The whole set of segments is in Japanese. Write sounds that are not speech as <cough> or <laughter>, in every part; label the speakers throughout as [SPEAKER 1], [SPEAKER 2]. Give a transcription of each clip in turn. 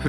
[SPEAKER 1] プ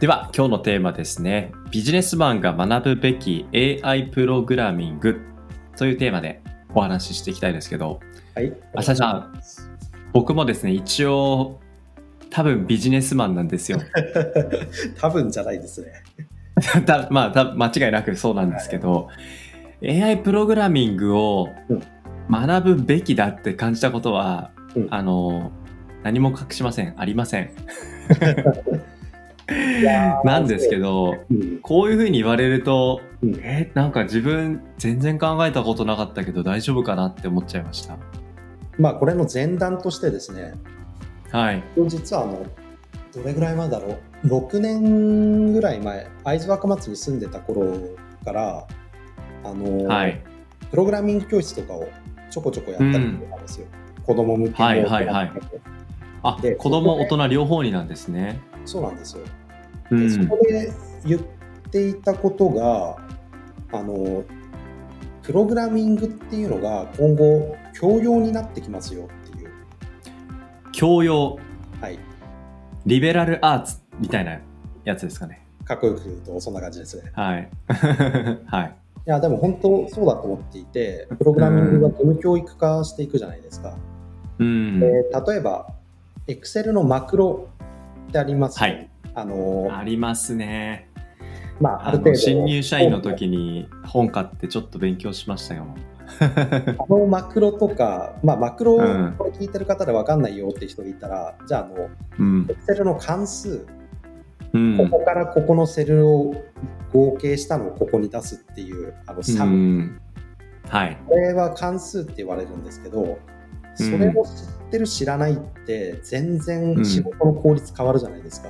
[SPEAKER 2] では今日のテーマですねビジネスマンが学ぶべき AI プログラミングというテーマでお話ししていきたいんですけど
[SPEAKER 3] はい。
[SPEAKER 2] 浅井さん僕もですね一応多分ビジネスマンなんですよ
[SPEAKER 3] <laughs>
[SPEAKER 2] <laughs>
[SPEAKER 3] 多分じゃないですね。
[SPEAKER 2] たまあた間違いなくそうなんですけど、AI プログラミングを
[SPEAKER 3] うん
[SPEAKER 2] 学ぶべきだって感じたことは、
[SPEAKER 3] うん
[SPEAKER 2] あの何も隠しませんありません
[SPEAKER 3] <laughs>
[SPEAKER 2] <laughs> なんですけど
[SPEAKER 3] うん。
[SPEAKER 2] こういうふうに言われると、
[SPEAKER 3] うん
[SPEAKER 2] え、なんか自分全然考えたことなかったけど大丈夫かなって思っちゃいました。
[SPEAKER 3] まあ、これの前段としてですね、
[SPEAKER 2] はい。
[SPEAKER 3] 実はあの、どれぐらい前だろう、6年ぐらい前、会津若松に住んでた頃から、あの、
[SPEAKER 2] はい。
[SPEAKER 3] プログラミング教室とかをちょこちょこやったりしてたんですよ。子供向けの。
[SPEAKER 2] はいはいはいあ、
[SPEAKER 3] で
[SPEAKER 2] 子供、
[SPEAKER 3] ここ
[SPEAKER 2] 大人両方になんですね。
[SPEAKER 3] そうなんですよ。で
[SPEAKER 2] う
[SPEAKER 3] そ
[SPEAKER 2] ん。
[SPEAKER 3] こで言っていたことが、あの、プログラミングっていうのが今後、教養になってきますよっていう。
[SPEAKER 2] 教養、
[SPEAKER 3] はい。
[SPEAKER 2] リベラルアーツみたいなやつですかね。
[SPEAKER 3] かっこよく言うとそんな感じですね。
[SPEAKER 2] はい。 <laughs> はい。
[SPEAKER 3] いやでも本当そうだと思っていてプログラミングが義務教育化していくじゃないですか。
[SPEAKER 2] うん
[SPEAKER 3] で。例えば Excel のマクロってありますよね、
[SPEAKER 2] はい
[SPEAKER 3] あの
[SPEAKER 2] ありますね。
[SPEAKER 3] まああ
[SPEAKER 2] あ
[SPEAKER 3] る
[SPEAKER 2] の
[SPEAKER 3] 程度
[SPEAKER 2] 新入社員の時に本買ってちょっと勉強しましたよ。
[SPEAKER 3] あのマクロとか、まあ、マクロ
[SPEAKER 2] うん
[SPEAKER 3] これ聞いてる方で分かんないよって人がいたら、じゃああの
[SPEAKER 2] うん。
[SPEAKER 3] Excel の関数
[SPEAKER 2] うん。
[SPEAKER 3] ここからここのセルを合計したのをここに出すっていうあの
[SPEAKER 2] う
[SPEAKER 3] サム、
[SPEAKER 2] ん。はい。
[SPEAKER 3] これは関数って言われるんですけど、それを知ってる、知らないって、全然仕事の効率変わるじゃないですか。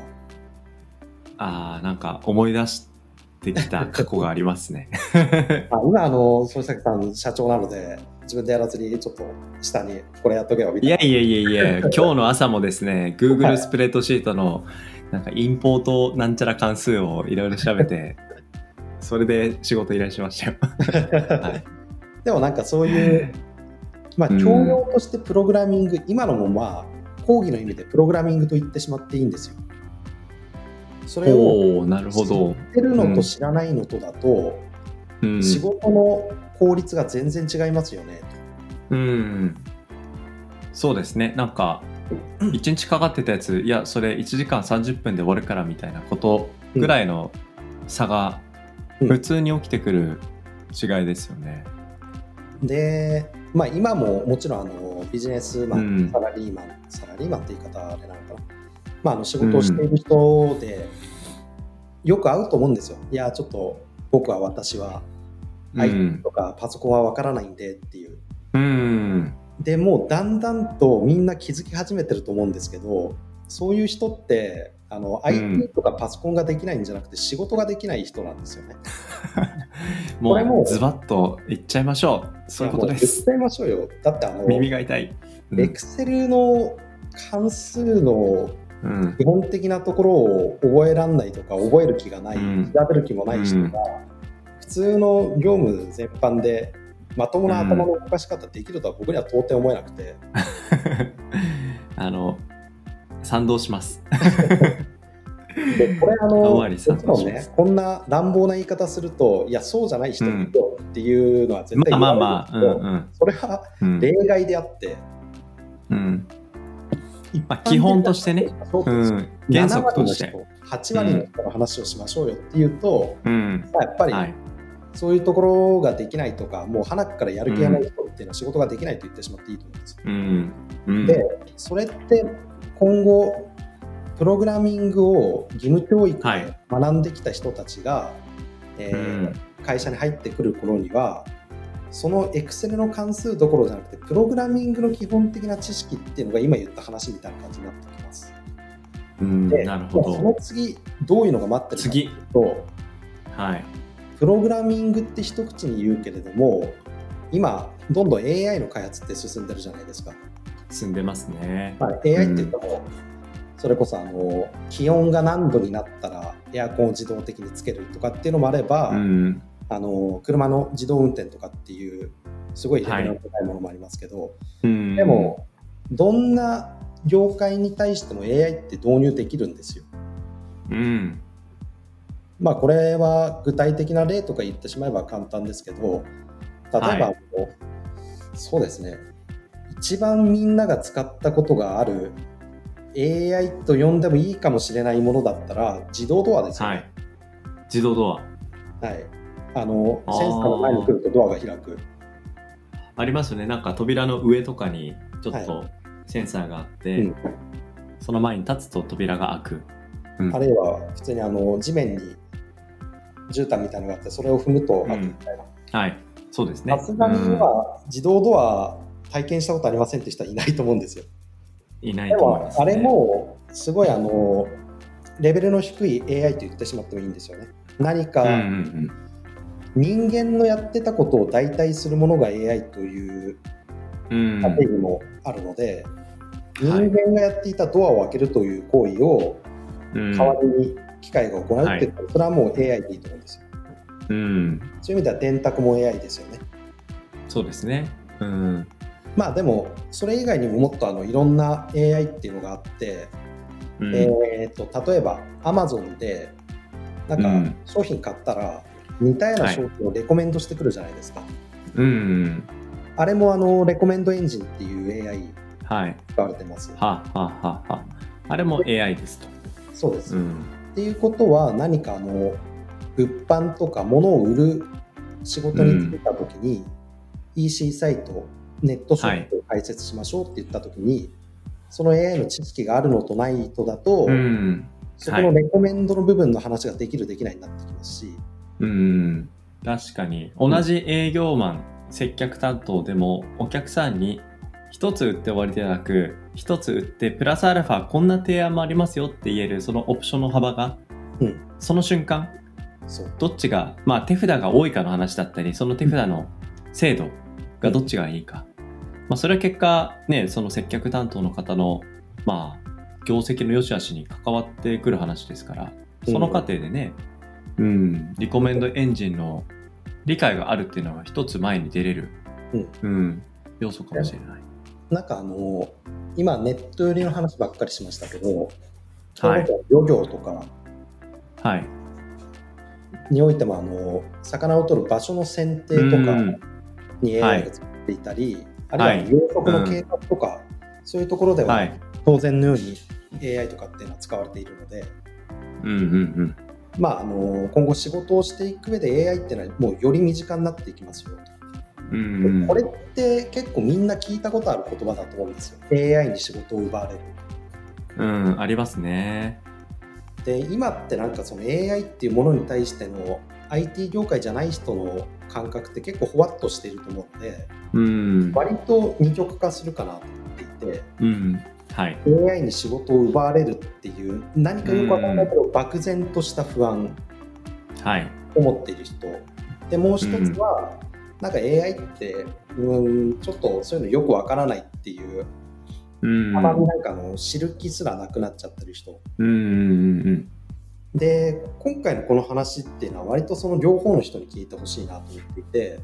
[SPEAKER 2] ああ、なんか思い出してきた過去がありますね。
[SPEAKER 3] あ今、あの、総作さん、社長なので、自分でやらずに、ちょっと下にこれやっとけよみた
[SPEAKER 2] い
[SPEAKER 3] いな。
[SPEAKER 2] やいやいやいや、今日の朝もですね、Google スプレッドシートのなんかインポートなんちゃら関数をいろいろ調べて、それで仕事依頼しましたよ。はい
[SPEAKER 3] でもなんかそ
[SPEAKER 2] <laughs>
[SPEAKER 3] ういう、まあ、
[SPEAKER 2] うん
[SPEAKER 3] 教養としてプログラミング、今のもまあ、講義の意味でプログラミングと言ってしまっていいんですよ。それを
[SPEAKER 2] おおなるほど。
[SPEAKER 3] 知ってるの
[SPEAKER 2] うん
[SPEAKER 3] と知らないのとだと、
[SPEAKER 2] うん。
[SPEAKER 3] 仕事の効率が全然違いますよね。
[SPEAKER 2] うん。そうですね、なんか、1日かかってたやつ、いや、それ1時間30分で終わるからみたいなことぐらいの差が
[SPEAKER 3] うん
[SPEAKER 2] 普通に起きてくる違いですよね。
[SPEAKER 3] で、まあ、今ももちろんあのビジネスマン、
[SPEAKER 2] うん
[SPEAKER 3] サラリーマンサラリーマンって言い方あれなのかな、まあ、あの仕事をしている人で、よく会うと思うんですよいやちょっと僕は私は
[SPEAKER 2] う
[SPEAKER 3] IT
[SPEAKER 2] ん。
[SPEAKER 3] とかパソコンは分からないんでっていう、
[SPEAKER 2] うん。
[SPEAKER 3] でもうだんだんとみんな気づき始めてると思うんですけどそういう人ってあの
[SPEAKER 2] ん
[SPEAKER 3] IT とかパソコンができないんじゃなくて仕事ができない人なんですよね。これ
[SPEAKER 2] も
[SPEAKER 3] も
[SPEAKER 2] うズバッと言っちゃいましょう。そういうことで
[SPEAKER 3] やも言っ
[SPEAKER 2] す。
[SPEAKER 3] ちゃいましょうよ。だってあの
[SPEAKER 2] 耳が痛い。うん
[SPEAKER 3] エクセルの関数の
[SPEAKER 2] うん <laughs>
[SPEAKER 3] 基本的なところを覚えらんないとか覚える気がない、
[SPEAKER 2] うん
[SPEAKER 3] 調べる気もない人が、普通の業務全般でまともな頭の動かし方できるとは僕には到底思えな
[SPEAKER 2] <laughs>
[SPEAKER 3] くて、
[SPEAKER 2] あの、賛同します。
[SPEAKER 3] でこれあの
[SPEAKER 2] 青
[SPEAKER 3] も
[SPEAKER 2] 割り
[SPEAKER 3] ち
[SPEAKER 2] さん
[SPEAKER 3] ろん
[SPEAKER 2] どうしま
[SPEAKER 3] ね
[SPEAKER 2] す
[SPEAKER 3] こんな乱暴な言い方するといやそうじゃない人もいるよっていうのは絶
[SPEAKER 2] ま
[SPEAKER 3] 対
[SPEAKER 2] あ
[SPEAKER 3] 言
[SPEAKER 2] ま
[SPEAKER 3] わ
[SPEAKER 2] あ
[SPEAKER 3] れ
[SPEAKER 2] まあ、う
[SPEAKER 3] るんですけど
[SPEAKER 2] ん
[SPEAKER 3] それは
[SPEAKER 2] うん。
[SPEAKER 3] 例外であって、
[SPEAKER 2] うん。まあ、基本としてね、
[SPEAKER 3] そう
[SPEAKER 2] う
[SPEAKER 3] です
[SPEAKER 2] ん、原則として。
[SPEAKER 3] 8割の人8割の人の話をしましょうよっていうと、
[SPEAKER 2] うん。
[SPEAKER 3] まあやっぱり、
[SPEAKER 2] はい。
[SPEAKER 3] そういうところができないとか、もう花からやる気がない人っていうのは仕事ができないと言ってしまっていいと思うんですよ。
[SPEAKER 2] うん。うん。
[SPEAKER 3] でそれって今後、プログラミングを義務教育
[SPEAKER 2] は
[SPEAKER 3] で
[SPEAKER 2] い
[SPEAKER 3] 学んできた人たちが、え
[SPEAKER 2] う
[SPEAKER 3] ー
[SPEAKER 2] ん。
[SPEAKER 3] 会社に入ってくる頃には、その Excel の関数どころじゃなくて、プログラミングの基本的な知識っていうのが今言った話みたいな感じになってきます。
[SPEAKER 2] うん
[SPEAKER 3] で
[SPEAKER 2] なるほ
[SPEAKER 3] その
[SPEAKER 2] ど。
[SPEAKER 3] 次、どういうのが待ってるかという
[SPEAKER 2] 次。
[SPEAKER 3] と、
[SPEAKER 2] はい。
[SPEAKER 3] プログラミングって一口に言うけれども今どんどん AI の開発って進んでるじゃないですか、
[SPEAKER 2] 進んでますね。
[SPEAKER 3] まあ AI って言っても、それこそあの気温が何度になったらエアコンを自動的につけるとかっていうのもあれば、
[SPEAKER 2] うん。
[SPEAKER 3] あの車の自動運転とかっていうすごいレベルの高いものもありますけど、
[SPEAKER 2] うん
[SPEAKER 3] で、もどんな業界に対しても AI って導入できるんですよ。
[SPEAKER 2] うん。
[SPEAKER 3] まあこれは具体的な例とか言ってしまえば簡単ですけど例えば、
[SPEAKER 2] は
[SPEAKER 3] こうそうですね一番みんなが使ったことがある AI と呼んでもいいかもしれないものだったら自動ドアですよ
[SPEAKER 2] は
[SPEAKER 3] ね。
[SPEAKER 2] い。自動ドア。
[SPEAKER 3] はいあの
[SPEAKER 2] あー
[SPEAKER 3] センサーの前に来るとドアが開く。
[SPEAKER 2] ありますね。なんか扉の上とかにちょっとセンサーがあって、
[SPEAKER 3] うん
[SPEAKER 2] その前に立つと扉が開く。うん
[SPEAKER 3] あるいは普通にあの地面に絨毯みたいなのがあってそれを踏むと開くみたいな。
[SPEAKER 2] はい。そうですね。
[SPEAKER 3] さすがには自動ドア体験したことありませんって人はいないと思うんですよ。
[SPEAKER 2] うんいない
[SPEAKER 3] で
[SPEAKER 2] と思いま
[SPEAKER 3] も
[SPEAKER 2] す、
[SPEAKER 3] あ
[SPEAKER 2] ね。
[SPEAKER 3] れもすごいあのレベルの低い AI と言ってしまってもいいんですよね。何か
[SPEAKER 2] うんうん
[SPEAKER 3] 人間のやってたことを代替するものが AI という
[SPEAKER 2] うん。
[SPEAKER 3] 例義もあるので、
[SPEAKER 2] はい
[SPEAKER 3] 人間がやっていたドアを開けるという行為を
[SPEAKER 2] うん
[SPEAKER 3] 代わりに機械が行うっていうのはそれはもう AI でいいと思うんですよ。
[SPEAKER 2] うん。
[SPEAKER 3] そういう意味では電卓も AI ですよね。
[SPEAKER 2] そうですね。うん。
[SPEAKER 3] まあでもそれ以外にももっとあのいろんな AI っていうのがあって、
[SPEAKER 2] うん
[SPEAKER 3] えー、と例えば Amazon でなん
[SPEAKER 2] う
[SPEAKER 3] か
[SPEAKER 2] ん
[SPEAKER 3] 商品買ったら似たような
[SPEAKER 2] はい
[SPEAKER 3] 商品をレコメンドしてくるじゃないですか、
[SPEAKER 2] うん。
[SPEAKER 3] あれもあのレコメンドエンジンっていう AI
[SPEAKER 2] はい。
[SPEAKER 3] 使われてます
[SPEAKER 2] はははは。あれも AI ですと。
[SPEAKER 3] そうです、
[SPEAKER 2] うん。
[SPEAKER 3] っていうことは何かあの物販とか物を売る仕事に就いた時に、EC サイトネットショップを開設しましょうって言った時に、その AI の知識があるのとないとだと、
[SPEAKER 2] うん。
[SPEAKER 3] そこのレコメンドの部分の話ができるできないになってきますし、
[SPEAKER 2] うん。確かに。同じ営業マン、接客担当でも、お客さんに、一つ売って終わりではなく、一つ売って、プラスアルファ、こんな提案もありますよって言える、そのオプションの幅が、
[SPEAKER 3] うん
[SPEAKER 2] その瞬間、
[SPEAKER 3] そう
[SPEAKER 2] どっちが、まあ手札が多いかの話だったり、その手札の精度がどっちがいいか。まあそれは結果、ね、その接客担当の方の、まあ、業績の良し悪しに関わってくる話ですから、その過程でね、うん、リコメンドエンジンの理解があるっていうのは一つ前に出れる、うん、要素かもしれない。
[SPEAKER 3] なんかあの今ネット売りの話ばっかりしましたけど、
[SPEAKER 2] はい。
[SPEAKER 3] 漁業とか
[SPEAKER 2] はい。
[SPEAKER 3] においてもあの魚を取る場所の選定と
[SPEAKER 2] う
[SPEAKER 3] か
[SPEAKER 2] ん
[SPEAKER 3] に
[SPEAKER 2] はい
[SPEAKER 3] AI が使っていたり、
[SPEAKER 2] は
[SPEAKER 3] あ
[SPEAKER 2] い
[SPEAKER 3] るいは養殖の計画とか、そういうところで
[SPEAKER 2] は。
[SPEAKER 3] はい当然のように AI とかっていうのは使われているので、
[SPEAKER 2] うんうん
[SPEAKER 3] まあ、あの今後仕事をしていく上で AI っていうのはもうより身近になっていきますよと。
[SPEAKER 2] うん。うんうん、
[SPEAKER 3] これって結構みんな聞いたことある言葉だと思うんですよ。AI に仕事を奪われる。
[SPEAKER 2] うん、ありますね。
[SPEAKER 3] で今ってなんかその AI っていうものに対しての IT 業界じゃない人の感覚って結構ほわっとしていると思うので
[SPEAKER 2] うん。
[SPEAKER 3] 割と二極化するかなと思っていて
[SPEAKER 2] うん。はい。
[SPEAKER 3] AI に仕事を奪われるっていう何かよくわからないけど漠然とした不安
[SPEAKER 2] はい。
[SPEAKER 3] を持っている人でもう一つはなんか AI ってうんちょっとそういうのよくわからないっていう
[SPEAKER 2] うん。
[SPEAKER 3] たまになんかあの知る気すらなくなっちゃってる人
[SPEAKER 2] うんうんうん
[SPEAKER 3] で今回のこの話っていうのは割とその両方の人に聞いてほしいなと思っていて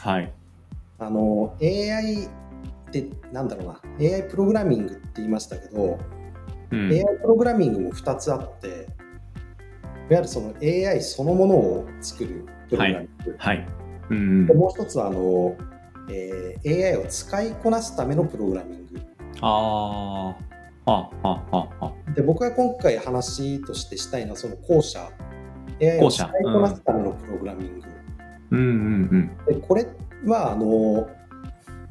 [SPEAKER 2] はい。
[SPEAKER 3] あの AI ってなんだろうな AI プログラミングって言いましたけど、
[SPEAKER 2] うん。
[SPEAKER 3] AI プログラミングも2つあっていわゆるその AI そのものを作るプログラミング、
[SPEAKER 2] はい。うん
[SPEAKER 3] で。もう一つはあの、えー AI を使いこなすためのプログラミング
[SPEAKER 2] ああ。あ、あ、あ、あ。
[SPEAKER 3] で僕が今回話としてしたいのはその後者 AI を
[SPEAKER 2] 後者
[SPEAKER 3] 使いこなすためのプログラミング、
[SPEAKER 2] うんうん
[SPEAKER 3] でこれはあの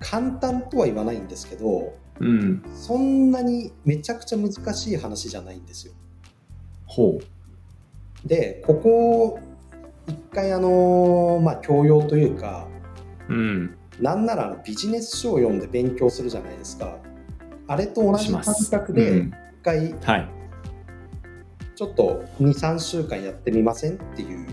[SPEAKER 3] 簡単とは言わないんですけど
[SPEAKER 2] うん。うん。
[SPEAKER 3] そんなにめちゃくちゃ難しい話じゃないんですよ
[SPEAKER 2] ほ
[SPEAKER 3] でここを一回あのまあ教養というか
[SPEAKER 2] う。うん。
[SPEAKER 3] なんならあのビジネス書を読んで勉強するじゃないですかあれと同
[SPEAKER 2] し
[SPEAKER 3] じ
[SPEAKER 2] ま
[SPEAKER 3] 感
[SPEAKER 2] す。
[SPEAKER 3] 覚
[SPEAKER 2] う
[SPEAKER 3] で
[SPEAKER 2] ん
[SPEAKER 3] 一回
[SPEAKER 2] はい。
[SPEAKER 3] ちょっと23週間やってみませんっていう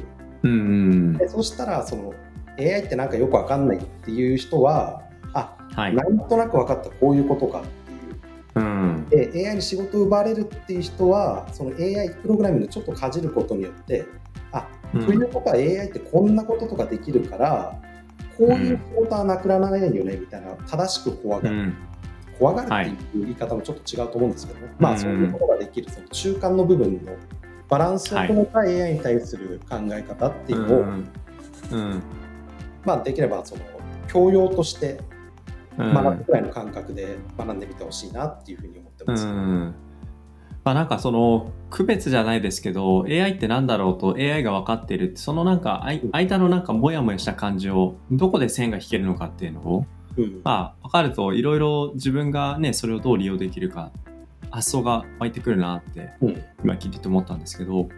[SPEAKER 2] うん
[SPEAKER 3] でそうしたらその AI ってなんかよくわかんないっていう人はあ、
[SPEAKER 2] はい
[SPEAKER 3] なんとなくわかったこういうことかっ
[SPEAKER 2] うん
[SPEAKER 3] ていうで AI に仕事を奪われるっていう人はその AI プログラミングちょっとかじることによってあ
[SPEAKER 2] うん
[SPEAKER 3] ということは AI ってこんなこととかできるからこういうことはなくならないよねみたいな正しく怖
[SPEAKER 2] う
[SPEAKER 3] がる、
[SPEAKER 2] ん
[SPEAKER 3] 怖がるっていう言い方もちょっと違うと思うんですけどね、ま
[SPEAKER 2] う
[SPEAKER 3] あ
[SPEAKER 2] ん
[SPEAKER 3] そういうことができるその中間の部分のバランスを取れた AI に対する考え方っていうのを、
[SPEAKER 2] うん
[SPEAKER 3] まあ、できればその教養として
[SPEAKER 2] うん
[SPEAKER 3] 学ぶくらいの感覚で学んでみてほしいなっていうふうに思って
[SPEAKER 2] う
[SPEAKER 3] ます。
[SPEAKER 2] んまあなんかその区別じゃないですけど AI ってなんだろうと AI が分かっているってそのなんかあい間のなんかモヤモヤした感じをどこで線が引けるのかっていうのを
[SPEAKER 3] うん
[SPEAKER 2] まあ分かるといろいろ自分がねそれをどう利用できるか発想が湧いてくるなって
[SPEAKER 3] うん
[SPEAKER 2] 今聞いてて思ったんですけど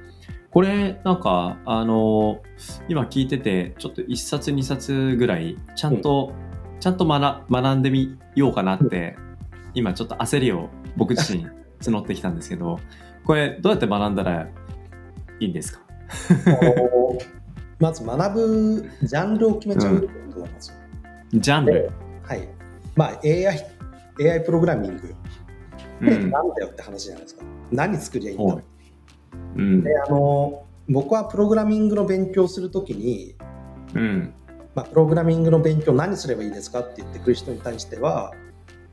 [SPEAKER 2] これなんかあの今聞いててちょっと1冊2冊ぐらいちゃんと、ちゃんと学学んでみようかなって、今ちょっと焦りを僕自身募ってきたんですけどこれどうやって学んだらいいんですか
[SPEAKER 3] あの <laughs> まず学ぶジャンルを決めちゃうってことなんですよ。
[SPEAKER 2] ジャンル、
[SPEAKER 3] はい。まあ AI、AI プログラミング、
[SPEAKER 2] う
[SPEAKER 3] なん
[SPEAKER 2] ん
[SPEAKER 3] だよって話じゃないですか。何作りゃいいんだ
[SPEAKER 2] おいうん
[SPEAKER 3] であの僕はプログラミングの勉強するときに、
[SPEAKER 2] うん
[SPEAKER 3] まあ、プログラミングの勉強何すればいいですかって言ってくる人に対しては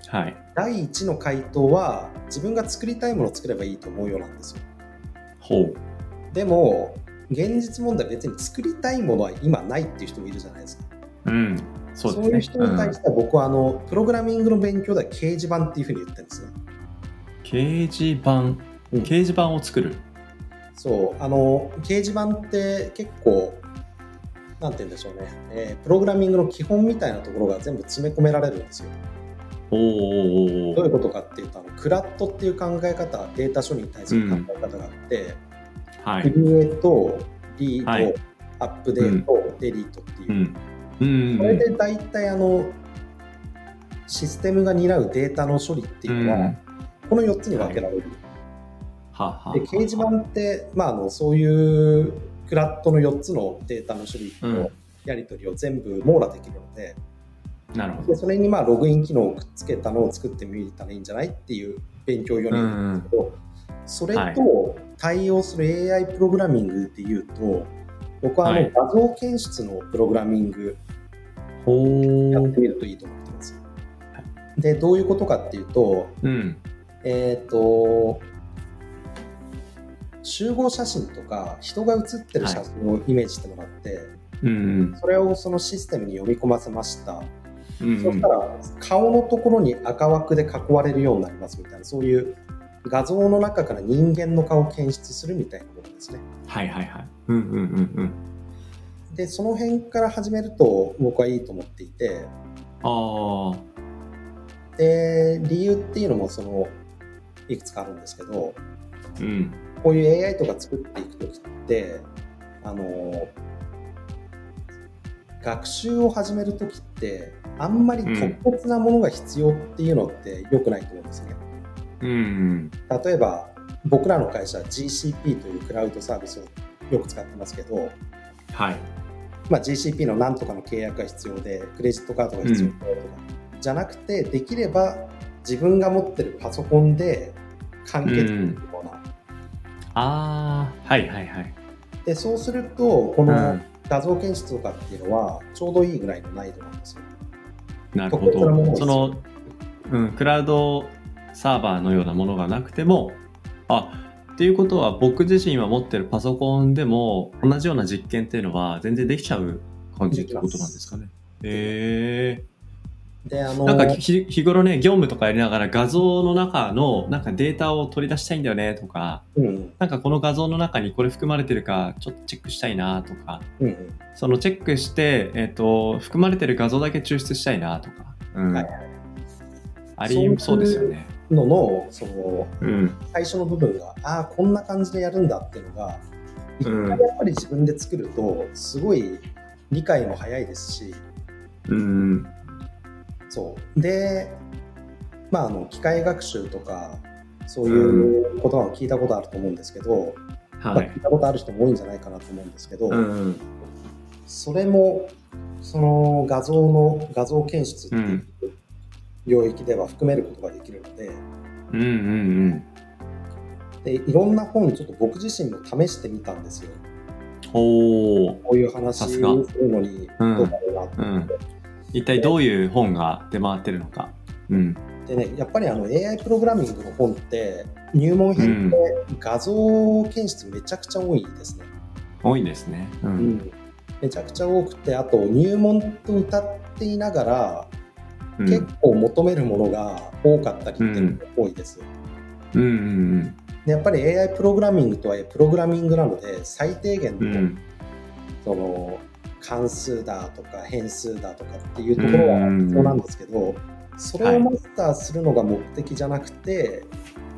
[SPEAKER 2] はい
[SPEAKER 3] 第一の回答は自分が作りたいものを作ればいいと思うようなんですよ
[SPEAKER 2] ほう
[SPEAKER 3] でも現実問題別に作りたいものは今ないっていう人もいるじゃないですか
[SPEAKER 2] うんそうですね
[SPEAKER 3] いう人に対しては僕はあの、プログラミングの勉強では掲示板っていうふうに言ってるんですね
[SPEAKER 2] うん、掲示板、
[SPEAKER 3] うん
[SPEAKER 2] 掲示板を作る
[SPEAKER 3] そうあの掲示板って結構なんて言うんでしょうね、えープログラミングの基本みたいなところが全部詰め込められるんですよ
[SPEAKER 2] おーおーおー
[SPEAKER 3] どう
[SPEAKER 2] おー
[SPEAKER 3] いうことかっていうとあのクラットっていう考え方データ処理に対する考え方があって、
[SPEAKER 2] は
[SPEAKER 3] ク
[SPEAKER 2] い
[SPEAKER 3] リエイトリード、
[SPEAKER 2] はい
[SPEAKER 3] アップデート、デリートっていうう、
[SPEAKER 2] んうんうん
[SPEAKER 3] これで大体あのシステムが担うデータの処理っていうのは、
[SPEAKER 2] うん
[SPEAKER 3] この4つに分けられる、
[SPEAKER 2] はあはあはあ
[SPEAKER 3] で掲示板って、まあ、あのそういうクラットの4つのデータの処理
[SPEAKER 2] うん
[SPEAKER 3] のやり取りを全部網羅できるので,、
[SPEAKER 2] なるほど
[SPEAKER 3] でそれにまあログイン機能をくっつけたのを作ってみたらいいんじゃないっていう勉強用に
[SPEAKER 2] うんうん
[SPEAKER 3] けどそれ
[SPEAKER 2] はい
[SPEAKER 3] と対応する AI プログラミングっていうと僕はあ
[SPEAKER 2] は
[SPEAKER 3] の
[SPEAKER 2] い
[SPEAKER 3] 画像検出のプログラミング
[SPEAKER 2] ほ
[SPEAKER 3] やっ
[SPEAKER 2] う
[SPEAKER 3] てみるといいと思ってます。でどういうことかっていうと,、
[SPEAKER 2] うん
[SPEAKER 3] えー、と集合写真とか人が写ってる写真をイメージしてもらって、
[SPEAKER 2] うん
[SPEAKER 3] それをそのシステムに読み込ませました、
[SPEAKER 2] うんうん
[SPEAKER 3] そしたら顔のところに赤枠で囲われるようになりますみたいなそういう画像の中から人間の顔を検出するみたいなものですね。
[SPEAKER 2] はいはいはいうんうんうんうん
[SPEAKER 3] でその辺から始めると僕はいいと思っていて
[SPEAKER 2] ああ
[SPEAKER 3] で理由っていうのもそのいくつかあるんですけど
[SPEAKER 2] うん
[SPEAKER 3] こういう AI とか作っていく時ってあの学習を始める時ってあんまり特別なものが必要っていうのって良くないと思うんですね。
[SPEAKER 2] うん
[SPEAKER 3] 例えば僕らの会社は GCP というクラウドサービスをよく使ってますけど、
[SPEAKER 2] はい
[SPEAKER 3] まあ、GCP のなんとかの契約が必要で、クレジットカードが必要でとか、じゃなくて、できれば自分が持ってるパソコンで完結するような、
[SPEAKER 2] ああはいはいはい
[SPEAKER 3] でそうすると、こ
[SPEAKER 2] う
[SPEAKER 3] の
[SPEAKER 2] ん
[SPEAKER 3] 画像検出とかっていうのは、ちょうどいいぐらいの難易度なんですよ。
[SPEAKER 2] なるほ
[SPEAKER 3] 特別なもの
[SPEAKER 2] ど
[SPEAKER 3] です
[SPEAKER 2] そのうんクラウドサーバーのようなものがなくてもあっていうことは僕自身は持ってるパソコンでも同じような実験っていうのは全然できちゃう感じってことなんですかねへえー、
[SPEAKER 3] であの
[SPEAKER 2] なんかひ日頃ね業務とかやりながら画像の中のなんかデータを取り出したいんだよねとか
[SPEAKER 3] うん
[SPEAKER 2] なんかこの画像の中にこれ含まれてるかちょっとチェックしたいなとか
[SPEAKER 3] うんうん
[SPEAKER 2] そのチェックして、えっと含まれてる画像だけ抽出したいなとか、うん
[SPEAKER 3] はい
[SPEAKER 2] ありそうですよね。
[SPEAKER 3] ののその
[SPEAKER 2] うん
[SPEAKER 3] 最初の部分が、ああ、こんな感じでやるんだっていうのが、一
[SPEAKER 2] うん
[SPEAKER 3] 回やっぱり自分で作ると、すごい理解も早いですし、
[SPEAKER 2] うん
[SPEAKER 3] そうで、まあ、あの機械学習とかそういう言葉を聞いたことあると思うんですけど、ま
[SPEAKER 2] は
[SPEAKER 3] あ
[SPEAKER 2] い
[SPEAKER 3] 聞いたことある人も多いんじゃないかなと思うんですけど、
[SPEAKER 2] うんうん
[SPEAKER 3] それもその画像の画像検出っていう領域では含めることができるので,、
[SPEAKER 2] うんうん
[SPEAKER 3] でいろんな本ちょっと僕自身も試してみたんですよ
[SPEAKER 2] うんおお
[SPEAKER 3] こういう話
[SPEAKER 2] さ
[SPEAKER 3] を
[SPEAKER 2] す
[SPEAKER 3] す
[SPEAKER 2] が
[SPEAKER 3] るのに
[SPEAKER 2] うん
[SPEAKER 3] どうだろうなって、
[SPEAKER 2] うん一体どういう本が出回ってるのかうん
[SPEAKER 3] でねやっぱりあの AI プログラミングの本って入門編で画像検出めちゃくちゃ多いですね、
[SPEAKER 2] 多いですねう
[SPEAKER 3] うんんめちゃくちゃ多くてあと入門と歌っていながら
[SPEAKER 2] うん
[SPEAKER 3] 結構求めるものが多かったりっていうのが多いです、
[SPEAKER 2] うんうん
[SPEAKER 3] でやっぱり AI プログラミングとはいえプログラミングなので最低限
[SPEAKER 2] う
[SPEAKER 3] の,、
[SPEAKER 2] んうん
[SPEAKER 3] その関数だとか変数だとかっていうところは
[SPEAKER 2] うん
[SPEAKER 3] 必要なんですけどそれをマスターするのが目的じゃなくて、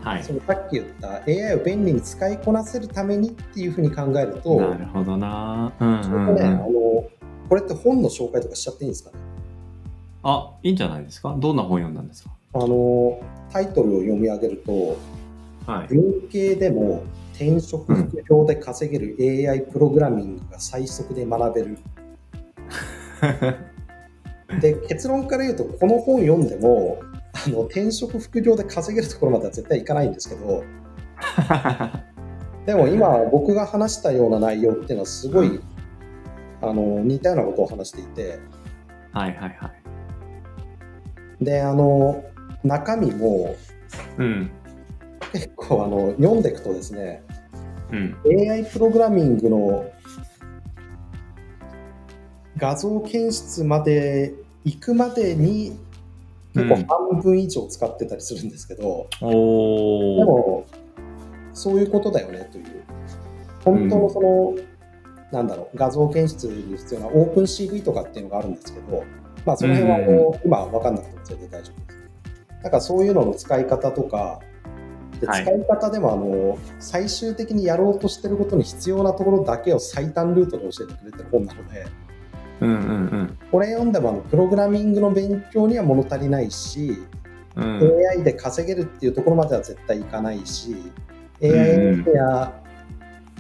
[SPEAKER 2] はい
[SPEAKER 3] そのさっき言った AI を便利に使いこなせるためにっていうふうに考えると、
[SPEAKER 2] なるほどなうん
[SPEAKER 3] ち
[SPEAKER 2] う
[SPEAKER 3] ょっ
[SPEAKER 2] ん
[SPEAKER 3] と
[SPEAKER 2] う
[SPEAKER 3] ねあ
[SPEAKER 2] ん
[SPEAKER 3] のこれって本の紹介とかしちゃっていいんですかね
[SPEAKER 2] あいいんじゃないですかどんな本読んだんですか
[SPEAKER 3] あのタイトルを読み上げると
[SPEAKER 2] はい
[SPEAKER 3] 文系でも転職副業で稼げる AI プログラミングが最速で学べる、で結論から言うとこの本読んでもあの転職副業で稼げるところまでは絶対いかないんですけどでも今僕が話したような内容っていうのはすごい、
[SPEAKER 2] うん
[SPEAKER 3] あの似たようなことを話していて
[SPEAKER 2] はいはいはい。
[SPEAKER 3] であの中身も
[SPEAKER 2] うん。
[SPEAKER 3] 結構あの読んでいくとですね
[SPEAKER 2] うん。
[SPEAKER 3] AI プログラミングの画像検出まで行くまでに
[SPEAKER 2] う
[SPEAKER 3] 結
[SPEAKER 2] ん
[SPEAKER 3] 構半分以上使ってたりするんですけど、
[SPEAKER 2] お
[SPEAKER 3] で
[SPEAKER 2] お。
[SPEAKER 3] もそういうことだよねという本当のその、なんだろう画像検出に必要なオープン CV とかっていうのがあるんですけどまあその辺はあ
[SPEAKER 2] うんうん
[SPEAKER 3] の今分かんなくても全然大丈夫ですだからそういうのの使い方とかで
[SPEAKER 2] はい
[SPEAKER 3] 使い方でもあの最終的にやろうとしてることに必要なところだけを最短ルートで教えてくれてる本なので
[SPEAKER 2] うんうん
[SPEAKER 3] これ読んでもあのプログラミングの勉強には物足りないし
[SPEAKER 2] うん。うん。
[SPEAKER 3] AI で稼げるっていうところまでは絶対いかないし、
[SPEAKER 2] ん
[SPEAKER 3] AI エンジニア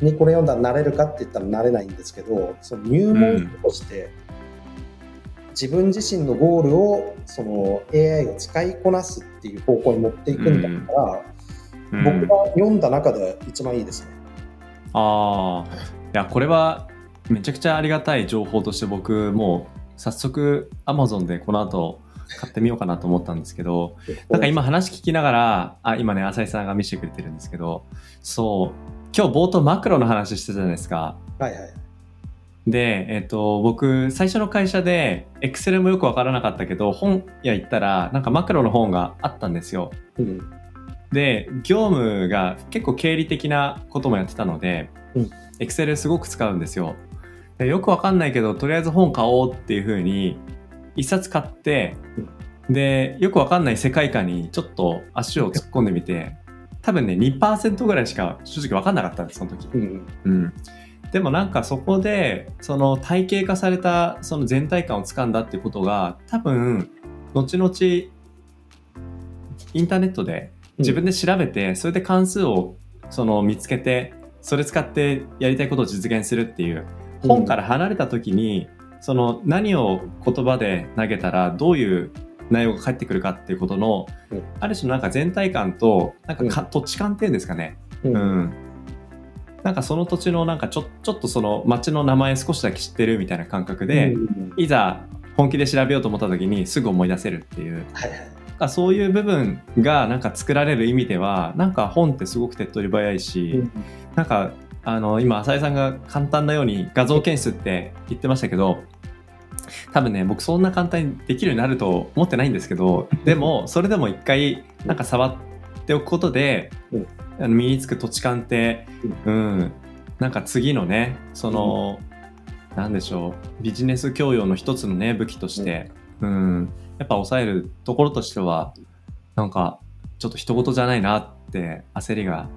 [SPEAKER 3] にこれ読んだらなれるかって言ったらなれないんですけど、その入門書として、自分自身のゴールをその AI を使いこなすっていう方向に持っていくんだったら、
[SPEAKER 2] うん
[SPEAKER 3] 僕が読んだ中で一番いいですね。
[SPEAKER 2] ああ。いや、これはめちゃくちゃありがたい情報として僕、もう早速 Amazon でこの後買ってみようかなと思ったんですけど、なんか今話聞きながら、あ、今ね、浅井さんが見せてくれてるんですけど、そう、今日冒頭マクロの話してたじゃないですか。
[SPEAKER 3] はいはい。
[SPEAKER 2] で、えっ、と、僕、最初の会社で、Excel もよくわからなかったけど、本屋行ったら、なんかマクロの本があったんですよ。
[SPEAKER 3] うん。
[SPEAKER 2] で、業務が結構経理的なこともやってたので
[SPEAKER 3] うん、
[SPEAKER 2] Excel すごく使うんですよ。でよくわかんないけど、とりあえず本買おうっていうふうに、一冊買って、で、よくわかんない世界観にちょっと足を突っ込んでみて、多分ね、2%ぐらいしか正直わかんなかったんです、その時。
[SPEAKER 3] うん。
[SPEAKER 2] うん、でもなんかそこでその体系化されたその全体感をつかんだっていうことが多分後々インターネットで自分で調べて、それで関数をその見つけてそれ使ってやりたいことを実現するっていう
[SPEAKER 3] うん
[SPEAKER 2] 本から離れた時に、その何を言葉で投げたらどういう内容が返ってくるかっていうことの、
[SPEAKER 3] うん
[SPEAKER 2] ある種のなんか全体感となんかか、土地感っていうんですかね、
[SPEAKER 3] うん。
[SPEAKER 2] うん、なんかその土地のなんかちょちょっとその町の名前少しだけ知ってるみたいな感覚で、
[SPEAKER 3] うん
[SPEAKER 2] いざ本気で調べようと思った時にすぐ思い出せるっていう
[SPEAKER 3] はいはい。
[SPEAKER 2] なんかそういう部分がなんか作られる意味ではなんか本ってすごく手っ取り早いし、
[SPEAKER 3] うん
[SPEAKER 2] なんかあの今浅井さんが簡単なように画像検出って言ってましたけど多分ね僕そんな簡単にできるようになると思ってないんですけどでもそれでも一回なんか触っておくことで、
[SPEAKER 3] うん
[SPEAKER 2] あの身につく土地勘ってうん、なんか次のねその、なんでしょうビジネス教養の一つのね武器として、うん、やっぱ抑えるところとしてはなんかちょっと人事じゃないなって焦りが、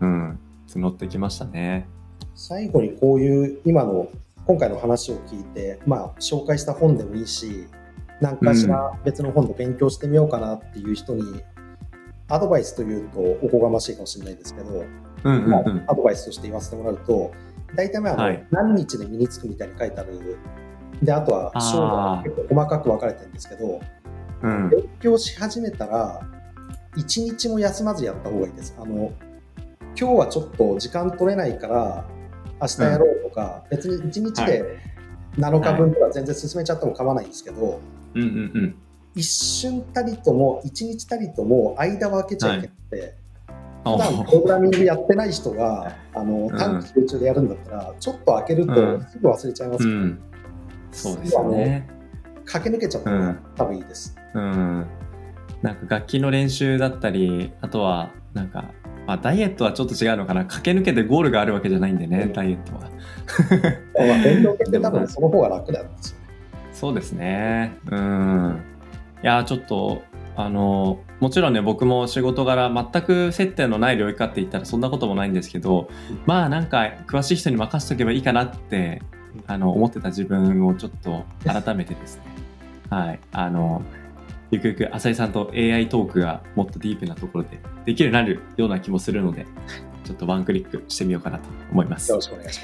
[SPEAKER 2] うん、募ってきましたね。
[SPEAKER 3] 最後にこういう今の今回の話を聞いて、まあ、紹介した本でもいいし何かしら別の本で勉強してみようかなっていう人にアドバイスというとおこがましいかもしれないですけど、
[SPEAKER 2] うんうん
[SPEAKER 3] まあ
[SPEAKER 2] うん。
[SPEAKER 3] アドバイスとして言わせてもらうと、大体まああの、
[SPEAKER 2] はい
[SPEAKER 3] 何日で身につくみたいに書いてある、で、あとは
[SPEAKER 2] あー
[SPEAKER 3] 章が結構細かく分かれてるんですけど、
[SPEAKER 2] うん、
[SPEAKER 3] 勉強し始めたら、一日も休まずやった方がいいです。あの、今日はちょっと時間取れないから、明日やろうとか、別に一日で7日分とか全然進めちゃっても構わないんですけど、
[SPEAKER 2] うんうんうん。
[SPEAKER 3] 一瞬たりとも、一日たりとも間を空けちゃいけなくて、
[SPEAKER 2] お
[SPEAKER 3] 普段プログラミングやってない人が、あの
[SPEAKER 2] ん
[SPEAKER 3] 短期集中でやるんだったら、ちょっと開ける
[SPEAKER 2] う
[SPEAKER 3] と
[SPEAKER 2] ん
[SPEAKER 3] すぐ忘れちゃいま
[SPEAKER 2] う
[SPEAKER 3] すけど、
[SPEAKER 2] ん。そうですよね。
[SPEAKER 3] 駆け抜けちゃった
[SPEAKER 2] う
[SPEAKER 3] ら
[SPEAKER 2] ん
[SPEAKER 3] 多分いいです。
[SPEAKER 2] うん。なんか楽器の練習だったり、あとはなんか、まあ、ダイエットはちょっと違うのかな。駆け抜けてゴールがあるわけじゃないんでね、ダイエットは。
[SPEAKER 3] まあ、勉強系って
[SPEAKER 2] で
[SPEAKER 3] 多
[SPEAKER 2] もね
[SPEAKER 3] 分その方が楽なんですよ。
[SPEAKER 2] そうですね。うん。いやー、ちょっと、あの、もちろんね、僕も仕事柄全く接点のない領域かって言ったらそんなこともないんですけど、まあなんか詳しい人に任せとけばいいかなって、あの、思ってた自分をちょっと改めてですね。はい。あの、ゆくゆく浅井さんと AI トークがもっとディープなところでできるようになるような気もするので、ちょっとワンクリックしてみようかなと思います
[SPEAKER 3] よろ。しくお願いし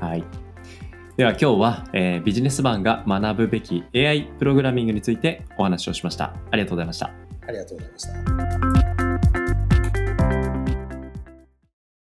[SPEAKER 3] ます。
[SPEAKER 2] はい。では今日は、えービジネスマンが学ぶべき AI プログラミングについてお話をしました。ありがとうございました。
[SPEAKER 3] ありがとうございました。